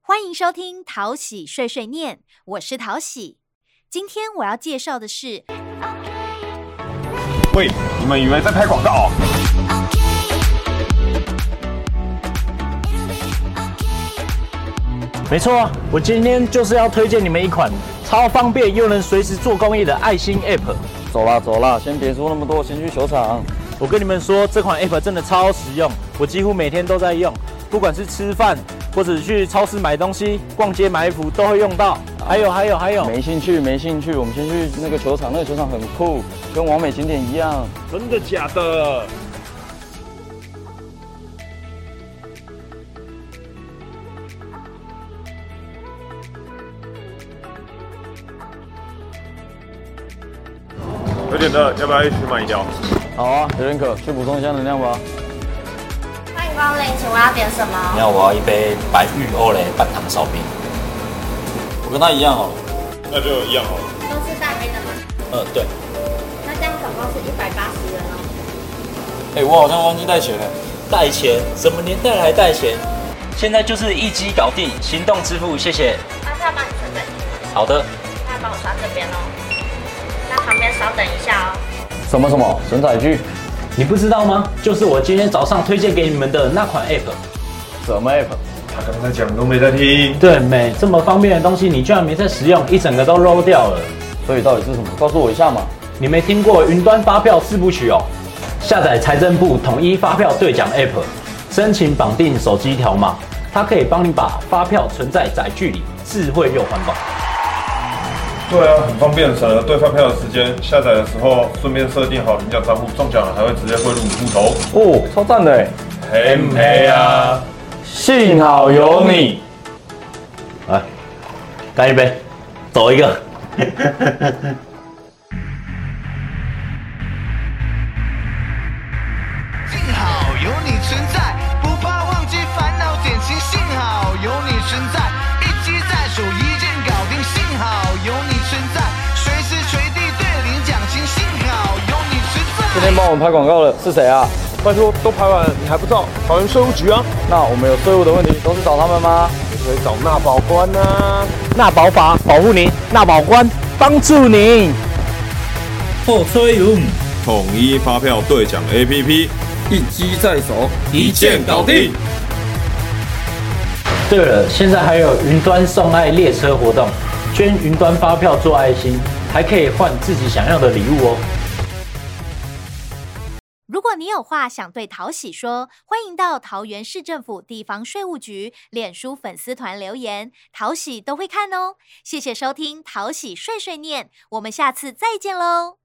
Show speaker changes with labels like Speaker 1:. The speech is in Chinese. Speaker 1: 欢迎收听淘喜碎碎念，我是淘喜。今天我要介绍的是
Speaker 2: 喂，你们以为在拍广告？
Speaker 3: 没错，啊我今天就是要推荐你们一款超方便又能随时做公益的爱心 App。
Speaker 4: 走啦走啦，先别说那么多，先去球场。
Speaker 3: 我跟你们说，这款 App 真的超实用，我几乎每天都在用，不管是吃饭或者去超市买东西、逛街买衣服都会用到。还有还有还有，
Speaker 4: 没兴趣没兴趣，我们先去那个球场，那个球场很酷，跟完美景点一样。
Speaker 2: 真的假的？有点热，要不要一起去买饮料？
Speaker 4: 好啊，有点渴，去补充一下能量吧。
Speaker 5: 欢迎光临，请问要点什么？
Speaker 6: 那
Speaker 4: 啊
Speaker 6: 我要一杯白玉欧蕾半糖烧饼。
Speaker 4: 我跟他一样哦。
Speaker 2: 那就一样哦好了。
Speaker 5: 都是带杯的吗？
Speaker 6: 嗯，对。
Speaker 5: 那这样总共是一百八十元哦。
Speaker 4: 哎、我好像忘记带钱了。
Speaker 6: 带钱？什么年代还带钱？现在就是一机搞定，行动支付，谢谢。
Speaker 5: 那他帮你存等
Speaker 6: 好的，
Speaker 5: 那帮我刷这边哦。那旁边稍等一下哦。
Speaker 4: 什么什么神采剧？
Speaker 3: 你不知道吗？就是我今天早上推荐给你们的那款 App。
Speaker 4: 什么 app？
Speaker 2: 他刚才讲都没在听。
Speaker 3: 对，没这么方便的东西，你居然没在使用，一整个都 low 掉了。
Speaker 4: 所以到底是什么？告诉我一下嘛。
Speaker 3: 你没听过云端发票四部曲哦？下载财政部统一发票兑奖 App，申请绑定手机条码，它可以帮你把发票存在载具里，智慧又环保。
Speaker 2: 对啊，很方便，省了对发票的时间。下载的时候顺便设定好领奖账户，中奖了还会直接汇入你户头。
Speaker 4: 哦，超赞的哎！
Speaker 2: 嘿嘿啊！
Speaker 4: 幸好有你。
Speaker 3: 来，干一杯，走一个。
Speaker 7: 幸好有你存在，不怕忘记烦恼点心。幸好有你存在，一机在手，一键搞定。幸好有你存在，随时随地对领奖金。幸好有你存在。
Speaker 4: 今天帮我们拍广告的是谁啊？
Speaker 8: 拜托，都排完了，你还不知道？桃园税务局啊，
Speaker 4: 那我们有税务的问题都是找他们吗？
Speaker 8: 可以找纳保官啊。
Speaker 3: 纳保法保护您，纳保官帮助您。
Speaker 6: 后吹嗯，
Speaker 2: 统一发票兑奖 APP，
Speaker 4: 一机在手。
Speaker 6: 一键搞定。
Speaker 3: 对了，现在还有云端送爱列车活动，捐云端发票做爱心，还可以换自己想要的礼物哦。
Speaker 1: 如果你有话想对淘喜说，欢迎到桃园市政府地方税务局脸书粉丝团留言，淘喜都会看哦。谢谢收听淘喜碎碎念，我们下次再见喽。